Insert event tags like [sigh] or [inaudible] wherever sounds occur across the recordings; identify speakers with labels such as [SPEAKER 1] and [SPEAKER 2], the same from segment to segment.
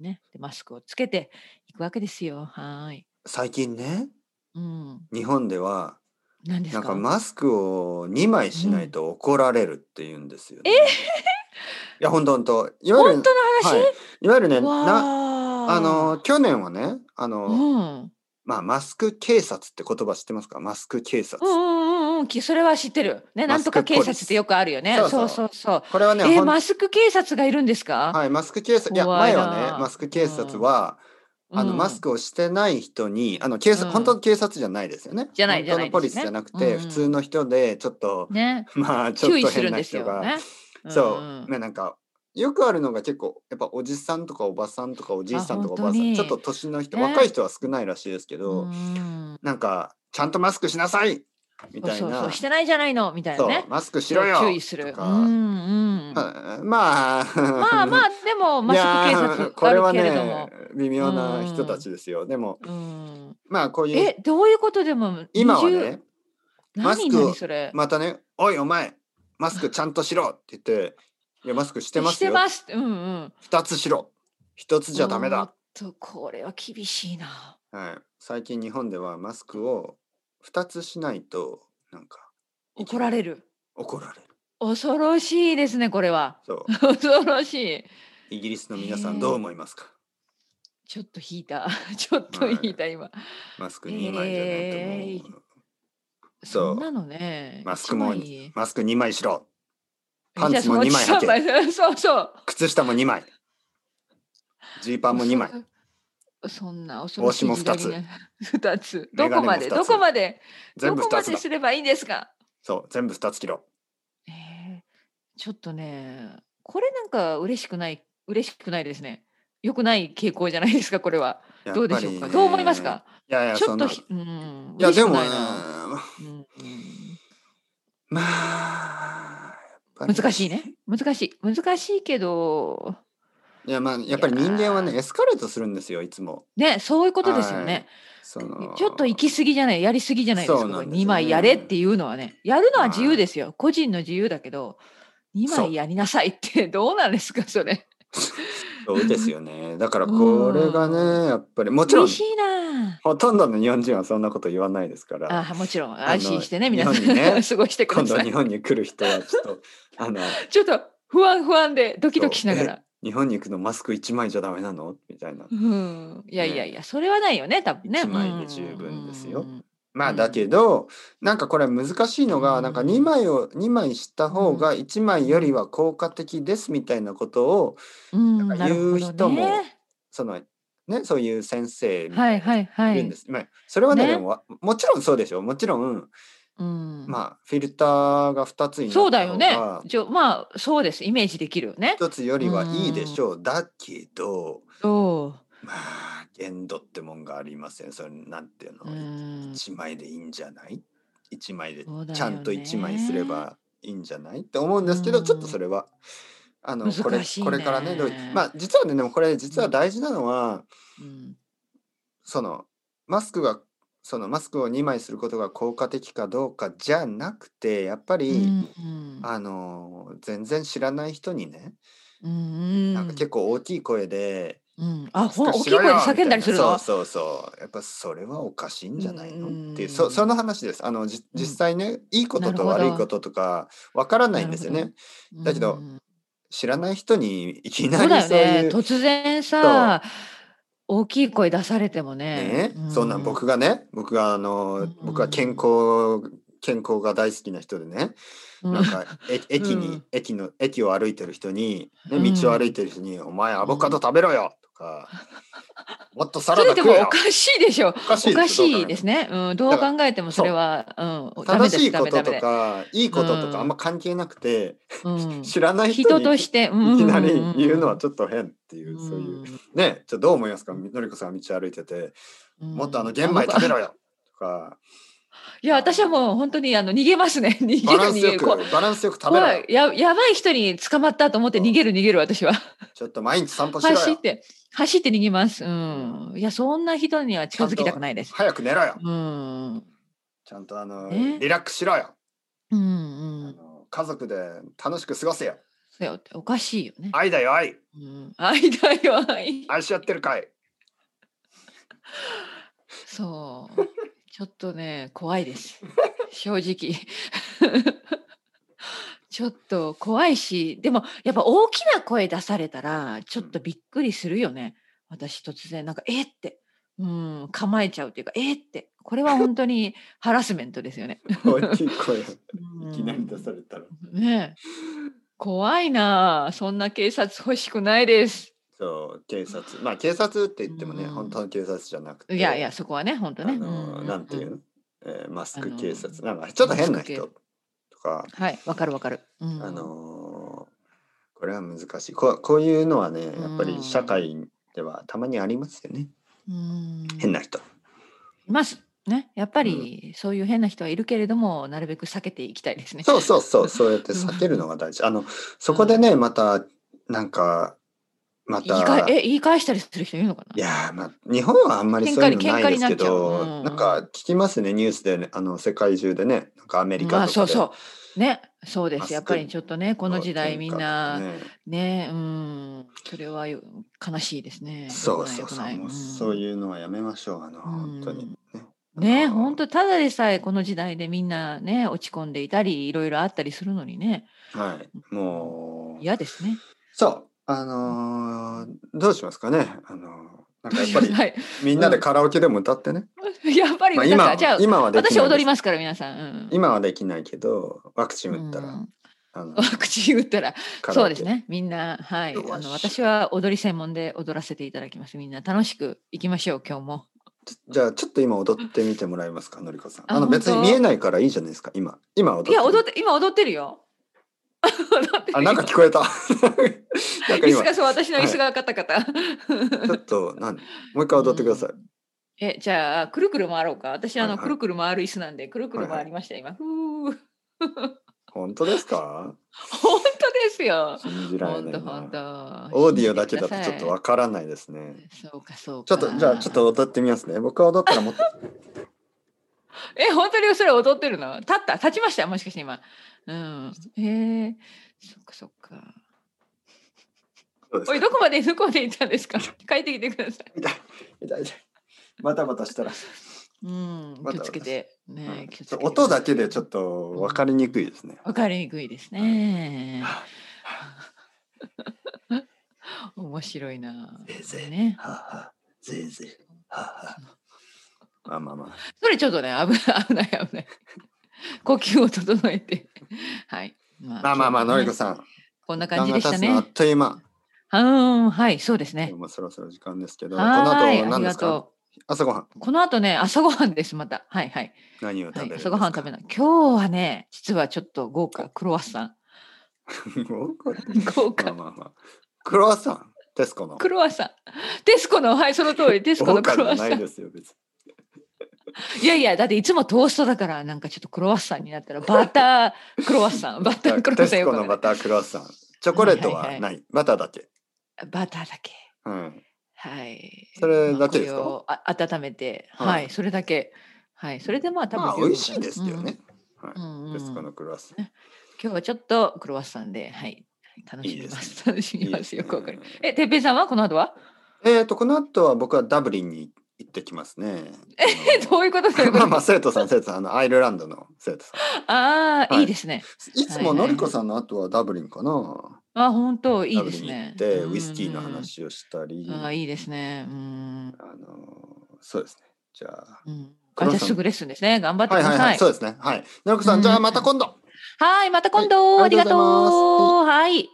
[SPEAKER 1] ね。で、マスクをつけていくわけですよ。はい。
[SPEAKER 2] 最近ね、
[SPEAKER 1] うん。
[SPEAKER 2] 日本では、
[SPEAKER 1] 何です
[SPEAKER 2] なんか
[SPEAKER 1] か
[SPEAKER 2] マスクを2枚
[SPEAKER 1] う
[SPEAKER 2] しない
[SPEAKER 1] ん。
[SPEAKER 2] と怒られるって言うんですよ
[SPEAKER 1] え
[SPEAKER 2] [laughs] ね。いや、ほんとほんと。いわゆ
[SPEAKER 1] 本
[SPEAKER 2] る、
[SPEAKER 1] 当の
[SPEAKER 2] はい。いわゆるね、
[SPEAKER 1] 話
[SPEAKER 2] な、あ
[SPEAKER 1] わ
[SPEAKER 2] の、
[SPEAKER 1] あ。
[SPEAKER 2] 去年はね、あ
[SPEAKER 1] う
[SPEAKER 2] の、
[SPEAKER 1] ん。うん
[SPEAKER 2] まあ、マスク警察って言葉知ってますかマスク警察。
[SPEAKER 1] うんうんうん。きそれは知ってる。ね、な
[SPEAKER 2] マ
[SPEAKER 1] ん
[SPEAKER 2] ス
[SPEAKER 1] とか
[SPEAKER 2] ク
[SPEAKER 1] 警
[SPEAKER 2] ポリ
[SPEAKER 1] 察って
[SPEAKER 2] ス。
[SPEAKER 1] よくあるよね。
[SPEAKER 2] そう
[SPEAKER 1] そう
[SPEAKER 2] そ。
[SPEAKER 1] そううそう。
[SPEAKER 2] これはね、
[SPEAKER 1] えー
[SPEAKER 2] ほん、
[SPEAKER 1] マスク警察がいるんですか
[SPEAKER 2] はい、マスク警察、いや、
[SPEAKER 1] 怖い
[SPEAKER 2] 前はね、マ
[SPEAKER 1] な
[SPEAKER 2] スク警察
[SPEAKER 1] あ。
[SPEAKER 2] は、
[SPEAKER 1] う
[SPEAKER 2] あの、マ
[SPEAKER 1] ん。う
[SPEAKER 2] ス
[SPEAKER 1] ん。
[SPEAKER 2] クをしてない人に、あの、警
[SPEAKER 1] う
[SPEAKER 2] 察、本当の
[SPEAKER 1] ん。
[SPEAKER 2] 警察じゃないですよね。
[SPEAKER 1] じゃない
[SPEAKER 2] 本
[SPEAKER 1] じゃ
[SPEAKER 2] 当
[SPEAKER 1] な
[SPEAKER 2] の
[SPEAKER 1] いで
[SPEAKER 2] ポリ
[SPEAKER 1] す
[SPEAKER 2] スじゃ
[SPEAKER 1] ね。
[SPEAKER 2] なく
[SPEAKER 1] う
[SPEAKER 2] て、普通
[SPEAKER 1] ん。
[SPEAKER 2] の人で、ちょっと、
[SPEAKER 1] ね。
[SPEAKER 2] ま [laughs] あ、ちょっ
[SPEAKER 1] 注意
[SPEAKER 2] と
[SPEAKER 1] す
[SPEAKER 2] 変
[SPEAKER 1] るん
[SPEAKER 2] な
[SPEAKER 1] です
[SPEAKER 2] 人
[SPEAKER 1] よ
[SPEAKER 2] が、
[SPEAKER 1] ね。う
[SPEAKER 2] そ
[SPEAKER 1] んう
[SPEAKER 2] う、ね、
[SPEAKER 1] ん。
[SPEAKER 2] なんか、よくあるのが結構、やっぱおじさんとかおばさんとかおじい
[SPEAKER 1] あ、
[SPEAKER 2] さん
[SPEAKER 1] 本
[SPEAKER 2] とかお
[SPEAKER 1] 当
[SPEAKER 2] ばあさん、ちょっと
[SPEAKER 1] に。
[SPEAKER 2] 年の人、若い
[SPEAKER 1] ね。
[SPEAKER 2] 人は少ないらしいですけ
[SPEAKER 1] う
[SPEAKER 2] ど、
[SPEAKER 1] ん。
[SPEAKER 2] なんか、ちゃんとマスクしなさいみ
[SPEAKER 1] そう
[SPEAKER 2] たい
[SPEAKER 1] そうそう、して
[SPEAKER 2] な、
[SPEAKER 1] ないじゃないのみたいな
[SPEAKER 2] そ
[SPEAKER 1] ね。
[SPEAKER 2] う、マスクし
[SPEAKER 1] そ
[SPEAKER 2] ろ
[SPEAKER 1] う、注意
[SPEAKER 2] よ
[SPEAKER 1] す
[SPEAKER 2] と
[SPEAKER 1] る。う
[SPEAKER 2] か、
[SPEAKER 1] んうん。
[SPEAKER 2] あま
[SPEAKER 1] まあま
[SPEAKER 2] あ、
[SPEAKER 1] あ、でも、
[SPEAKER 2] [laughs] い
[SPEAKER 1] マスク警
[SPEAKER 2] や
[SPEAKER 1] 察
[SPEAKER 2] ー、こ
[SPEAKER 1] あ
[SPEAKER 2] れ
[SPEAKER 1] る
[SPEAKER 2] は
[SPEAKER 1] けれど
[SPEAKER 2] ね、
[SPEAKER 1] も。
[SPEAKER 2] 微
[SPEAKER 1] う
[SPEAKER 2] 妙な人た
[SPEAKER 1] ん。
[SPEAKER 2] ちですよ。でも、
[SPEAKER 1] うん。
[SPEAKER 2] まあ、こういう、
[SPEAKER 1] え、どういうことでも、二
[SPEAKER 2] 今は
[SPEAKER 1] 重、
[SPEAKER 2] ね、マス
[SPEAKER 1] 何
[SPEAKER 2] ク
[SPEAKER 1] 何
[SPEAKER 2] を、
[SPEAKER 1] それ。
[SPEAKER 2] またね、おいお前、マスクちゃんとしろって言って、いや、マスクしてま
[SPEAKER 1] し
[SPEAKER 2] す
[SPEAKER 1] て
[SPEAKER 2] よ。
[SPEAKER 1] ます。うん
[SPEAKER 2] 二つしろ。一つ
[SPEAKER 1] う
[SPEAKER 2] じゃダメ
[SPEAKER 1] ん。おー
[SPEAKER 2] だ。
[SPEAKER 1] っと、これは厳しいな。
[SPEAKER 2] はい。最近日本ではマスクを二つしないと、なんか、いけ
[SPEAKER 1] 怒
[SPEAKER 2] な
[SPEAKER 1] ら
[SPEAKER 2] い。
[SPEAKER 1] れる。
[SPEAKER 2] 怒られる。
[SPEAKER 1] 恐ろしいですね、これは。 [laughs]
[SPEAKER 2] そ
[SPEAKER 1] 恐ろしい。
[SPEAKER 2] う。イギリスの皆さんどう
[SPEAKER 1] へえ。
[SPEAKER 2] 思いますか
[SPEAKER 1] ちょっと引いた。 [laughs] ちょっと
[SPEAKER 2] は
[SPEAKER 1] 引い
[SPEAKER 2] い。
[SPEAKER 1] た、今。
[SPEAKER 2] マスク2枚じゃないと
[SPEAKER 1] ええ
[SPEAKER 2] もう、
[SPEAKER 1] そんな
[SPEAKER 2] そ
[SPEAKER 1] の
[SPEAKER 2] う。
[SPEAKER 1] ね、
[SPEAKER 2] マス
[SPEAKER 1] 一
[SPEAKER 2] クも、
[SPEAKER 1] 枚。
[SPEAKER 2] マスク2枚しろ。パン
[SPEAKER 1] じゃあ
[SPEAKER 2] ツ
[SPEAKER 1] そ
[SPEAKER 2] も
[SPEAKER 1] のうち
[SPEAKER 2] 2枚履
[SPEAKER 1] 3
[SPEAKER 2] け。
[SPEAKER 1] 枚そうそう
[SPEAKER 2] 靴下も2枚。ジーパンも
[SPEAKER 1] 恐
[SPEAKER 2] 2枚。
[SPEAKER 1] ろそんな恐ろ
[SPEAKER 2] 帽子
[SPEAKER 1] しい
[SPEAKER 2] も
[SPEAKER 1] 時
[SPEAKER 2] 2
[SPEAKER 1] 代に
[SPEAKER 2] つ。
[SPEAKER 1] ね2つ
[SPEAKER 2] メ
[SPEAKER 1] ど
[SPEAKER 2] ガ
[SPEAKER 1] こ
[SPEAKER 2] ネ
[SPEAKER 1] ま
[SPEAKER 2] も
[SPEAKER 1] で
[SPEAKER 2] 2
[SPEAKER 1] どこ
[SPEAKER 2] つ。
[SPEAKER 1] まで
[SPEAKER 2] 全
[SPEAKER 1] ど
[SPEAKER 2] 部
[SPEAKER 1] こま
[SPEAKER 2] 2つ
[SPEAKER 1] で
[SPEAKER 2] だ。
[SPEAKER 1] すればいいんですか
[SPEAKER 2] そう。全部2つ切ろう。
[SPEAKER 1] えー、ちょっとねこれなんか嬉しくない嬉しくないですね良くない傾向じゃないですかこれは
[SPEAKER 2] や
[SPEAKER 1] ど
[SPEAKER 2] っ
[SPEAKER 1] うで
[SPEAKER 2] ぱ
[SPEAKER 1] しょう
[SPEAKER 2] り
[SPEAKER 1] かどう思います
[SPEAKER 2] ね、
[SPEAKER 1] か
[SPEAKER 2] いやいや、
[SPEAKER 1] ちょ
[SPEAKER 2] そ
[SPEAKER 1] っ
[SPEAKER 2] ん
[SPEAKER 1] と
[SPEAKER 2] な、
[SPEAKER 1] ひうん
[SPEAKER 2] いや、
[SPEAKER 1] 嬉し
[SPEAKER 2] で
[SPEAKER 1] く
[SPEAKER 2] も
[SPEAKER 1] な
[SPEAKER 2] ね、
[SPEAKER 1] いな、うんうん、
[SPEAKER 2] まあ、やっぱり、
[SPEAKER 1] 難しいね難しい難しいけど
[SPEAKER 2] いや、まあ、
[SPEAKER 1] い
[SPEAKER 2] やっぱり人間はね、
[SPEAKER 1] や
[SPEAKER 2] エスカレートするんですよ、いつも。
[SPEAKER 1] ーねそういうことですよ
[SPEAKER 2] は
[SPEAKER 1] ね
[SPEAKER 2] い。そ
[SPEAKER 1] ちょっと行
[SPEAKER 2] の、
[SPEAKER 1] き過ぎじゃない、やり過ぎじゃないで
[SPEAKER 2] そ
[SPEAKER 1] す
[SPEAKER 2] う
[SPEAKER 1] か、こ
[SPEAKER 2] な
[SPEAKER 1] れ。
[SPEAKER 2] んです
[SPEAKER 1] 2
[SPEAKER 2] よ
[SPEAKER 1] 枚やれっ
[SPEAKER 2] ね。
[SPEAKER 1] ていうのはね。やるのは自由
[SPEAKER 2] は
[SPEAKER 1] ですよ。個人の自由だけど、
[SPEAKER 2] い。
[SPEAKER 1] 2枚
[SPEAKER 2] そ
[SPEAKER 1] やりなさいってどうなんですか、それ。
[SPEAKER 2] う。そうですよね。だから、
[SPEAKER 1] う
[SPEAKER 2] これが
[SPEAKER 1] ん。
[SPEAKER 2] ね、やっぱり、もちろ
[SPEAKER 1] 厳
[SPEAKER 2] ん、
[SPEAKER 1] しいな
[SPEAKER 2] ほとんどの日本人はそんなこと言わないですから、
[SPEAKER 1] あ。あもちろん、
[SPEAKER 2] あ
[SPEAKER 1] 安心
[SPEAKER 2] の、
[SPEAKER 1] してね、
[SPEAKER 2] 日
[SPEAKER 1] 皆
[SPEAKER 2] 本
[SPEAKER 1] さん
[SPEAKER 2] にね、
[SPEAKER 1] [laughs] 過ごしてくだ
[SPEAKER 2] 今度
[SPEAKER 1] さ
[SPEAKER 2] 日
[SPEAKER 1] い。
[SPEAKER 2] 本に来る人は、ちょっと、 [laughs] あの、
[SPEAKER 1] ちょっと不安不安でドキドキ
[SPEAKER 2] そ
[SPEAKER 1] し
[SPEAKER 2] う、
[SPEAKER 1] なが
[SPEAKER 2] え、
[SPEAKER 1] ら。
[SPEAKER 2] 日本に行くのマスク1枚じゃダメなのみたいな。
[SPEAKER 1] うん。いやいや
[SPEAKER 2] ね。
[SPEAKER 1] いや、それはないよね、多分ね。
[SPEAKER 2] 1
[SPEAKER 1] う
[SPEAKER 2] 枚で十分ですよ。
[SPEAKER 1] ん。
[SPEAKER 2] ま
[SPEAKER 1] う
[SPEAKER 2] あだけ
[SPEAKER 1] ん。
[SPEAKER 2] どなんかこれ難しいの
[SPEAKER 1] う
[SPEAKER 2] がなんか
[SPEAKER 1] ん。
[SPEAKER 2] 2枚を2枚した
[SPEAKER 1] う
[SPEAKER 2] 方が
[SPEAKER 1] ん。
[SPEAKER 2] 1枚
[SPEAKER 1] う
[SPEAKER 2] より
[SPEAKER 1] ん。
[SPEAKER 2] は効果的ですみたいなことを
[SPEAKER 1] う
[SPEAKER 2] なんか
[SPEAKER 1] ん、なる
[SPEAKER 2] 言
[SPEAKER 1] ほ
[SPEAKER 2] う
[SPEAKER 1] ど
[SPEAKER 2] 人も
[SPEAKER 1] ね。
[SPEAKER 2] そのねそういう先生み
[SPEAKER 1] は
[SPEAKER 2] た
[SPEAKER 1] い
[SPEAKER 2] いな
[SPEAKER 1] はい
[SPEAKER 2] 人い
[SPEAKER 1] は
[SPEAKER 2] るんで
[SPEAKER 1] い。
[SPEAKER 2] す。まあそれはねで
[SPEAKER 1] ね。
[SPEAKER 2] もわもちろんそうでしょもちろん
[SPEAKER 1] うん。
[SPEAKER 2] まあフィルターが2つにな
[SPEAKER 1] そう
[SPEAKER 2] っ
[SPEAKER 1] だ
[SPEAKER 2] た
[SPEAKER 1] よ
[SPEAKER 2] 方
[SPEAKER 1] ね。
[SPEAKER 2] が
[SPEAKER 1] じゃまあそうです。イメージできるよね。
[SPEAKER 2] 1つよ
[SPEAKER 1] う
[SPEAKER 2] りはいいで
[SPEAKER 1] ん。
[SPEAKER 2] しょう。だけど
[SPEAKER 1] そ
[SPEAKER 2] まあ限度ってもんがありますよね。それなんていう
[SPEAKER 1] う。う
[SPEAKER 2] の、い
[SPEAKER 1] ん。
[SPEAKER 2] 一枚でいいんじゃない一枚で
[SPEAKER 1] そう
[SPEAKER 2] ち
[SPEAKER 1] だ
[SPEAKER 2] ゃん
[SPEAKER 1] よ
[SPEAKER 2] と一枚すれ
[SPEAKER 1] ね。
[SPEAKER 2] ばいいんじゃないって思うん
[SPEAKER 1] う
[SPEAKER 2] ですけど、ちょっとそ
[SPEAKER 1] ん。
[SPEAKER 2] れは、あの、こ
[SPEAKER 1] 難
[SPEAKER 2] れ、こ
[SPEAKER 1] しい
[SPEAKER 2] れからね、どうま
[SPEAKER 1] ね。
[SPEAKER 2] あ実はね、でもこれ
[SPEAKER 1] う
[SPEAKER 2] 実は
[SPEAKER 1] ん。
[SPEAKER 2] 大事なのは、
[SPEAKER 1] うん。
[SPEAKER 2] その、マスクが、そのマスクを2枚することが効果的かどうかじゃなくて、やっぱ
[SPEAKER 1] う
[SPEAKER 2] り、
[SPEAKER 1] ん。
[SPEAKER 2] あの、全然知らない人にね、
[SPEAKER 1] う
[SPEAKER 2] なんか
[SPEAKER 1] ん。
[SPEAKER 2] 結構大きい声で、
[SPEAKER 1] うん。あ、
[SPEAKER 2] マス
[SPEAKER 1] ほん
[SPEAKER 2] ク
[SPEAKER 1] 大
[SPEAKER 2] し
[SPEAKER 1] きい
[SPEAKER 2] ろ
[SPEAKER 1] 声で
[SPEAKER 2] よみ
[SPEAKER 1] 叫ん
[SPEAKER 2] た
[SPEAKER 1] だ
[SPEAKER 2] い
[SPEAKER 1] り
[SPEAKER 2] な。
[SPEAKER 1] する
[SPEAKER 2] そう
[SPEAKER 1] の
[SPEAKER 2] そうそう。やっぱそれはおかしいん
[SPEAKER 1] う
[SPEAKER 2] じゃないのっていう、そ、その
[SPEAKER 1] ん。
[SPEAKER 2] 話です。あの、じ実際ね、いいこ
[SPEAKER 1] な
[SPEAKER 2] と
[SPEAKER 1] る
[SPEAKER 2] と
[SPEAKER 1] ほ
[SPEAKER 2] 悪いこ
[SPEAKER 1] ど。
[SPEAKER 2] ととか、わからない
[SPEAKER 1] なんる
[SPEAKER 2] で
[SPEAKER 1] ほ
[SPEAKER 2] すよ
[SPEAKER 1] ど。
[SPEAKER 2] ね。
[SPEAKER 1] う
[SPEAKER 2] だけど、
[SPEAKER 1] ん。
[SPEAKER 2] 知らない人にいきな
[SPEAKER 1] そう
[SPEAKER 2] り
[SPEAKER 1] だよ
[SPEAKER 2] そうい
[SPEAKER 1] ね。
[SPEAKER 2] う、
[SPEAKER 1] 突然
[SPEAKER 2] そ
[SPEAKER 1] さ、大きい声出されても
[SPEAKER 2] う、
[SPEAKER 1] ね。
[SPEAKER 2] ね、
[SPEAKER 1] う
[SPEAKER 2] そんな僕
[SPEAKER 1] ん。
[SPEAKER 2] がね、僕があ
[SPEAKER 1] う
[SPEAKER 2] の、僕は健
[SPEAKER 1] ん。
[SPEAKER 2] 康、健康が大好きな人でね、
[SPEAKER 1] うん。
[SPEAKER 2] なんか、え
[SPEAKER 1] [laughs] う
[SPEAKER 2] 駅に、
[SPEAKER 1] ん。
[SPEAKER 2] 駅の、駅を歩いてる人に、
[SPEAKER 1] う
[SPEAKER 2] ね、道を歩
[SPEAKER 1] ん。
[SPEAKER 2] いてる人に、お前ア
[SPEAKER 1] う
[SPEAKER 2] ボカド
[SPEAKER 1] ん
[SPEAKER 2] 食べろよと
[SPEAKER 1] [laughs]
[SPEAKER 2] か、もっとサ
[SPEAKER 1] そ
[SPEAKER 2] ラダ
[SPEAKER 1] れで
[SPEAKER 2] 食え
[SPEAKER 1] もおか
[SPEAKER 2] よ
[SPEAKER 1] しいでしょ。
[SPEAKER 2] おかし
[SPEAKER 1] お
[SPEAKER 2] いで
[SPEAKER 1] か
[SPEAKER 2] しょ、ど
[SPEAKER 1] しい
[SPEAKER 2] う考え
[SPEAKER 1] で
[SPEAKER 2] て
[SPEAKER 1] す
[SPEAKER 2] も。
[SPEAKER 1] ね。うん、ど
[SPEAKER 2] だ
[SPEAKER 1] う
[SPEAKER 2] から、
[SPEAKER 1] 考えてもそれ
[SPEAKER 2] そう。
[SPEAKER 1] は、うん、ダメだ
[SPEAKER 2] 正し
[SPEAKER 1] し、
[SPEAKER 2] い
[SPEAKER 1] ダ
[SPEAKER 2] こ
[SPEAKER 1] メダ
[SPEAKER 2] と
[SPEAKER 1] メ
[SPEAKER 2] と
[SPEAKER 1] で。
[SPEAKER 2] かいいうこととかあんま
[SPEAKER 1] ん、
[SPEAKER 2] 関係なくて
[SPEAKER 1] うん。
[SPEAKER 2] 知らない人
[SPEAKER 1] 人
[SPEAKER 2] にい
[SPEAKER 1] と
[SPEAKER 2] き
[SPEAKER 1] して、う
[SPEAKER 2] いきなり言うのは
[SPEAKER 1] ん、、
[SPEAKER 2] ちょっと変っていううそういうんねじゃあどう思いますかみのりこさんが道歩いてて
[SPEAKER 1] う
[SPEAKER 2] もっとあの
[SPEAKER 1] ん。
[SPEAKER 2] 玄
[SPEAKER 1] あ、
[SPEAKER 2] 米
[SPEAKER 1] 僕、
[SPEAKER 2] 食べろ
[SPEAKER 1] あ
[SPEAKER 2] よとか
[SPEAKER 1] いや、私はもう本当に、あの、逃げますね。 [laughs] 逃
[SPEAKER 2] バ
[SPEAKER 1] げ
[SPEAKER 2] ラ
[SPEAKER 1] る、
[SPEAKER 2] ン
[SPEAKER 1] 逃
[SPEAKER 2] スよ
[SPEAKER 1] げる。こ
[SPEAKER 2] くバランスよく食べろ
[SPEAKER 1] 怖い。
[SPEAKER 2] よ
[SPEAKER 1] や、やばい人に捕まったと思って逃
[SPEAKER 2] そう
[SPEAKER 1] げる、逃げる、私は。
[SPEAKER 2] ちょっと毎日散歩しろ
[SPEAKER 1] 走っ
[SPEAKER 2] よ、
[SPEAKER 1] て、走って逃げます。う
[SPEAKER 2] うん、
[SPEAKER 1] ん。いや、そんな人には
[SPEAKER 2] ち
[SPEAKER 1] 近
[SPEAKER 2] ゃん
[SPEAKER 1] づきたく
[SPEAKER 2] と
[SPEAKER 1] ないです。
[SPEAKER 2] 早く寝ろよ
[SPEAKER 1] うん。
[SPEAKER 2] ちゃんとあの
[SPEAKER 1] ね。
[SPEAKER 2] リラックスしろよ
[SPEAKER 1] う
[SPEAKER 2] あ
[SPEAKER 1] ん、うん。
[SPEAKER 2] の家族で楽しく過ごせよ
[SPEAKER 1] そうやおかしいよね。
[SPEAKER 2] 愛だよ愛
[SPEAKER 1] うん、 [laughs] 愛だよ愛。
[SPEAKER 2] 愛し合ってるかい
[SPEAKER 1] そう。ちょっとね、怖い
[SPEAKER 2] [laughs]
[SPEAKER 1] です。正直。 [laughs] ちょっと怖いし、でもやっぱ大きな声出されたら、ちょっとびっくりするよね。私突然、なんか、えって、うん、構えちゃうというか、えって、これは本当
[SPEAKER 2] [laughs]
[SPEAKER 1] にハラスメントですよね。
[SPEAKER 2] 大きい声を
[SPEAKER 1] うん
[SPEAKER 2] いきなり出されたら
[SPEAKER 1] ねえ怖いなあそんな警察欲しくないです。
[SPEAKER 2] そう警察まあ警察って言ってもね、
[SPEAKER 1] うん
[SPEAKER 2] 本当の警察じゃなくて
[SPEAKER 1] いやいや、そこはね、本当
[SPEAKER 2] あ
[SPEAKER 1] ね。
[SPEAKER 2] の、
[SPEAKER 1] うん
[SPEAKER 2] なんていうの、えーマスク警
[SPEAKER 1] あ
[SPEAKER 2] 察なんかちょっと変な人とか、
[SPEAKER 1] はい、わかるわかる。うん
[SPEAKER 2] あのーこれは難しいこうこういうのはねやっぱり社会ではたまにありますよね、
[SPEAKER 1] うん
[SPEAKER 2] 変な人
[SPEAKER 1] います。ね、やっぱりそういう変な人はいるけれども、なるべく避けていきたいですね。
[SPEAKER 2] そうそうそ
[SPEAKER 1] [laughs]
[SPEAKER 2] うそうやって避けるのが大事あのそこでねまたなんかま
[SPEAKER 1] 言い
[SPEAKER 2] た
[SPEAKER 1] かえ言い返したりする人いるのか
[SPEAKER 2] い
[SPEAKER 1] な
[SPEAKER 2] やーまあ、日本はあんまりそういうの
[SPEAKER 1] 喧嘩に
[SPEAKER 2] ないですけ
[SPEAKER 1] 喧嘩になっち
[SPEAKER 2] ど
[SPEAKER 1] ゃううん
[SPEAKER 2] なんか聞きますねニュースで、ね、あの世界中でねなんかアメリ
[SPEAKER 1] ま
[SPEAKER 2] カ
[SPEAKER 1] あそ
[SPEAKER 2] とか
[SPEAKER 1] う
[SPEAKER 2] で、
[SPEAKER 1] そう。ね、そうで
[SPEAKER 2] マス
[SPEAKER 1] す。
[SPEAKER 2] ク
[SPEAKER 1] やっぱりちょっとね、この時代みんな、
[SPEAKER 2] ね
[SPEAKER 1] ね、うん、それはよ悲しいですね。
[SPEAKER 2] そうそうそう、もうそう
[SPEAKER 1] う
[SPEAKER 2] いうのはやめましょうあの、
[SPEAKER 1] ん
[SPEAKER 2] 本当にね
[SPEAKER 1] ん。ね、
[SPEAKER 2] あの
[SPEAKER 1] 本当ただでさえこの時代でみんなね、落ち込んでいたり、いろいろあったりするのにね、
[SPEAKER 2] はいもう
[SPEAKER 1] 嫌ですね。
[SPEAKER 2] そうあのーどうしますかねあのーなんかやっぱり
[SPEAKER 1] [laughs] はい
[SPEAKER 2] [laughs] みんなでカラオケでも歌ってね、
[SPEAKER 1] [laughs] やっぱり
[SPEAKER 2] まあ、
[SPEAKER 1] 歌
[SPEAKER 2] 今
[SPEAKER 1] か、
[SPEAKER 2] は
[SPEAKER 1] じゃあ、
[SPEAKER 2] 今はできない
[SPEAKER 1] 私踊り
[SPEAKER 2] す
[SPEAKER 1] ますから、皆さん。うん
[SPEAKER 2] 今はできないけどワクチン打ったら、
[SPEAKER 1] うん
[SPEAKER 2] あの
[SPEAKER 1] ワクチン打ったら、
[SPEAKER 2] カ
[SPEAKER 1] [laughs]
[SPEAKER 2] ラ
[SPEAKER 1] そう
[SPEAKER 2] オケ
[SPEAKER 1] ですね。みんな、はい。
[SPEAKER 2] よし
[SPEAKER 1] あの私は踊り専門で踊らせていただきます。みんな楽しく行きましょう、今日も。
[SPEAKER 2] じゃあちょっと今踊ってみてもらえますかのりこさん。
[SPEAKER 1] あ
[SPEAKER 2] あの
[SPEAKER 1] 本当
[SPEAKER 2] 別に見えないからいいじゃないですか今今踊って
[SPEAKER 1] い
[SPEAKER 2] み
[SPEAKER 1] や、踊って、今踊ってるよ。 [laughs] 踊ってるよ
[SPEAKER 2] あなんか聞こ
[SPEAKER 1] [laughs]
[SPEAKER 2] えた。なんか
[SPEAKER 1] 椅
[SPEAKER 2] 今
[SPEAKER 1] 子が、
[SPEAKER 2] ち
[SPEAKER 1] そう、私の椅子がカタカタ。
[SPEAKER 2] ょっと何もう一回踊ってください。
[SPEAKER 1] [laughs] え、じゃあ、くるくる回ろうか。私、あ
[SPEAKER 2] は
[SPEAKER 1] の、
[SPEAKER 2] いはい
[SPEAKER 1] くるくる回る椅子なんで、くるくる回りました、今。ふう
[SPEAKER 2] 本当ですか？
[SPEAKER 1] 本当ですよ。
[SPEAKER 2] 信じられ
[SPEAKER 1] 本
[SPEAKER 2] ないな
[SPEAKER 1] 当、本当。
[SPEAKER 2] オーディオだけだとちょっと
[SPEAKER 1] わ
[SPEAKER 2] わからないですね。
[SPEAKER 1] そうか、そう
[SPEAKER 2] ちょ
[SPEAKER 1] か。
[SPEAKER 2] っとじゃあちょっ。と踊ってみますね。僕は踊ったらもっと
[SPEAKER 1] え、本当にそれ踊ってるの立った立ちましたもしかして今。
[SPEAKER 2] [laughs]
[SPEAKER 1] うん。へえそっかそっか。
[SPEAKER 2] そうです
[SPEAKER 1] おい、どこまでどこまで行ったんです
[SPEAKER 2] [laughs]
[SPEAKER 1] か帰ってきてください。
[SPEAKER 2] 痛い痛い痛いバタバタしたら、
[SPEAKER 1] うん、
[SPEAKER 2] ま
[SPEAKER 1] 気
[SPEAKER 2] だ
[SPEAKER 1] をつけて。ね、気をつけて
[SPEAKER 2] 音だけでちょ
[SPEAKER 1] っ
[SPEAKER 2] っとわかりにくいですね。
[SPEAKER 1] と。わかりにくいですね。面白いな。
[SPEAKER 2] 先生
[SPEAKER 1] ね。
[SPEAKER 2] はあはあぜいぜいはあはあ。まあまあまあ。
[SPEAKER 1] それちょっとね、危ない危ない危ない。 [laughs] 呼吸を整えて。はい。
[SPEAKER 2] まあまあまあ、のりこ
[SPEAKER 1] ん。
[SPEAKER 2] さん。
[SPEAKER 1] こんな感じでした
[SPEAKER 2] 時間が
[SPEAKER 1] ね
[SPEAKER 2] 経つのあっ。という間。
[SPEAKER 1] うん、はい、そうですね。
[SPEAKER 2] もうそろそろ時間ですけど、この
[SPEAKER 1] は
[SPEAKER 2] 後
[SPEAKER 1] い、あり
[SPEAKER 2] 何で
[SPEAKER 1] が
[SPEAKER 2] すか
[SPEAKER 1] と
[SPEAKER 2] 朝ごはん
[SPEAKER 1] う。この後ね、朝ごはんです、また。はいはい。
[SPEAKER 2] 何を食
[SPEAKER 1] は
[SPEAKER 2] べるん
[SPEAKER 1] い、
[SPEAKER 2] です
[SPEAKER 1] 朝
[SPEAKER 2] か、
[SPEAKER 1] ごはん食べない。今日はね、実はちょっと豪華クロワッサン。豪華
[SPEAKER 2] まあまあまあ。クロワッサンですこの。
[SPEAKER 1] クロワッサン。テスコの、はい、その通り、テスコの
[SPEAKER 2] 豪華
[SPEAKER 1] ク
[SPEAKER 2] じ
[SPEAKER 1] ロ
[SPEAKER 2] ゃ
[SPEAKER 1] ワッ
[SPEAKER 2] な
[SPEAKER 1] サ
[SPEAKER 2] い
[SPEAKER 1] ン。
[SPEAKER 2] ですよ、別に。
[SPEAKER 1] いやいや、だっていつもトーストだから、なんかちょっとクロワッサンになったら、バタークロワッ
[SPEAKER 2] [laughs]
[SPEAKER 1] サン、バタークロワ
[SPEAKER 2] テ
[SPEAKER 1] ッサン
[SPEAKER 2] ス
[SPEAKER 1] よく
[SPEAKER 2] コ
[SPEAKER 1] わか
[SPEAKER 2] の
[SPEAKER 1] んな
[SPEAKER 2] バ
[SPEAKER 1] い
[SPEAKER 2] タークロワッサン。チョコレートは
[SPEAKER 1] はい
[SPEAKER 2] な。
[SPEAKER 1] はいい
[SPEAKER 2] バターだけ。
[SPEAKER 1] バターだけ。
[SPEAKER 2] うん。
[SPEAKER 1] はい。
[SPEAKER 2] それだけですか
[SPEAKER 1] まあこれをあ温めて、
[SPEAKER 2] はい
[SPEAKER 1] はい、それだけ。はい、それでまあ多分
[SPEAKER 2] まあ、
[SPEAKER 1] 十分
[SPEAKER 2] 美味しいですよね。。は
[SPEAKER 1] うんうんうん
[SPEAKER 2] い。テスコのクロワッサン。
[SPEAKER 1] 今日はちょっとクロワッサンで、はい、楽しみます。
[SPEAKER 2] いいで
[SPEAKER 1] 楽しみ
[SPEAKER 2] いい
[SPEAKER 1] ま。
[SPEAKER 2] です
[SPEAKER 1] [laughs]
[SPEAKER 2] す
[SPEAKER 1] よ
[SPEAKER 2] ね
[SPEAKER 1] くわかります。え、てっぺいさんはこの後は [laughs]
[SPEAKER 2] えっと、この後は僕はダブリンに行ってきますね。
[SPEAKER 1] え、 [laughs] どういうことです
[SPEAKER 2] まあ
[SPEAKER 1] か
[SPEAKER 2] [laughs] まあ、生徒さん、生徒さん、あの、アイルランドの生徒さん。
[SPEAKER 1] ああ、
[SPEAKER 2] はい
[SPEAKER 1] いですね。
[SPEAKER 2] いつものりこさんの後はダブリンかな。
[SPEAKER 1] あ、本当い
[SPEAKER 2] ダ
[SPEAKER 1] い
[SPEAKER 2] ブ
[SPEAKER 1] で
[SPEAKER 2] リン
[SPEAKER 1] す
[SPEAKER 2] に
[SPEAKER 1] ね
[SPEAKER 2] 行っ。て
[SPEAKER 1] うん
[SPEAKER 2] ウイスキーの。話をしたり、
[SPEAKER 1] あーいいですね。うん。
[SPEAKER 2] あのそうですね。じゃあ。
[SPEAKER 1] うん、
[SPEAKER 2] ク
[SPEAKER 1] あ
[SPEAKER 2] ロ
[SPEAKER 1] じゃ
[SPEAKER 2] ワッ
[SPEAKER 1] あ
[SPEAKER 2] サン
[SPEAKER 1] すぐレッスンですね。頑張って
[SPEAKER 2] は
[SPEAKER 1] く
[SPEAKER 2] い
[SPEAKER 1] だ
[SPEAKER 2] は
[SPEAKER 1] さ
[SPEAKER 2] い
[SPEAKER 1] い。
[SPEAKER 2] はい、そう
[SPEAKER 1] は
[SPEAKER 2] ですね。はい。のりこさん、じゃあまた今度。
[SPEAKER 1] いまた今度、
[SPEAKER 2] はいあ
[SPEAKER 1] あ
[SPEAKER 2] り
[SPEAKER 1] り
[SPEAKER 2] が
[SPEAKER 1] がと
[SPEAKER 2] とうご
[SPEAKER 1] う。はい。
[SPEAKER 2] じ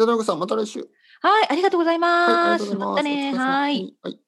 [SPEAKER 2] ゃあのりこさん、また来週。
[SPEAKER 1] はい、ありがとうござい
[SPEAKER 2] はい、あ
[SPEAKER 1] ま
[SPEAKER 2] りがとう
[SPEAKER 1] す。
[SPEAKER 2] ござ
[SPEAKER 1] また
[SPEAKER 2] います。
[SPEAKER 1] ね。
[SPEAKER 2] お疲れ様
[SPEAKER 1] はい。。
[SPEAKER 2] はい。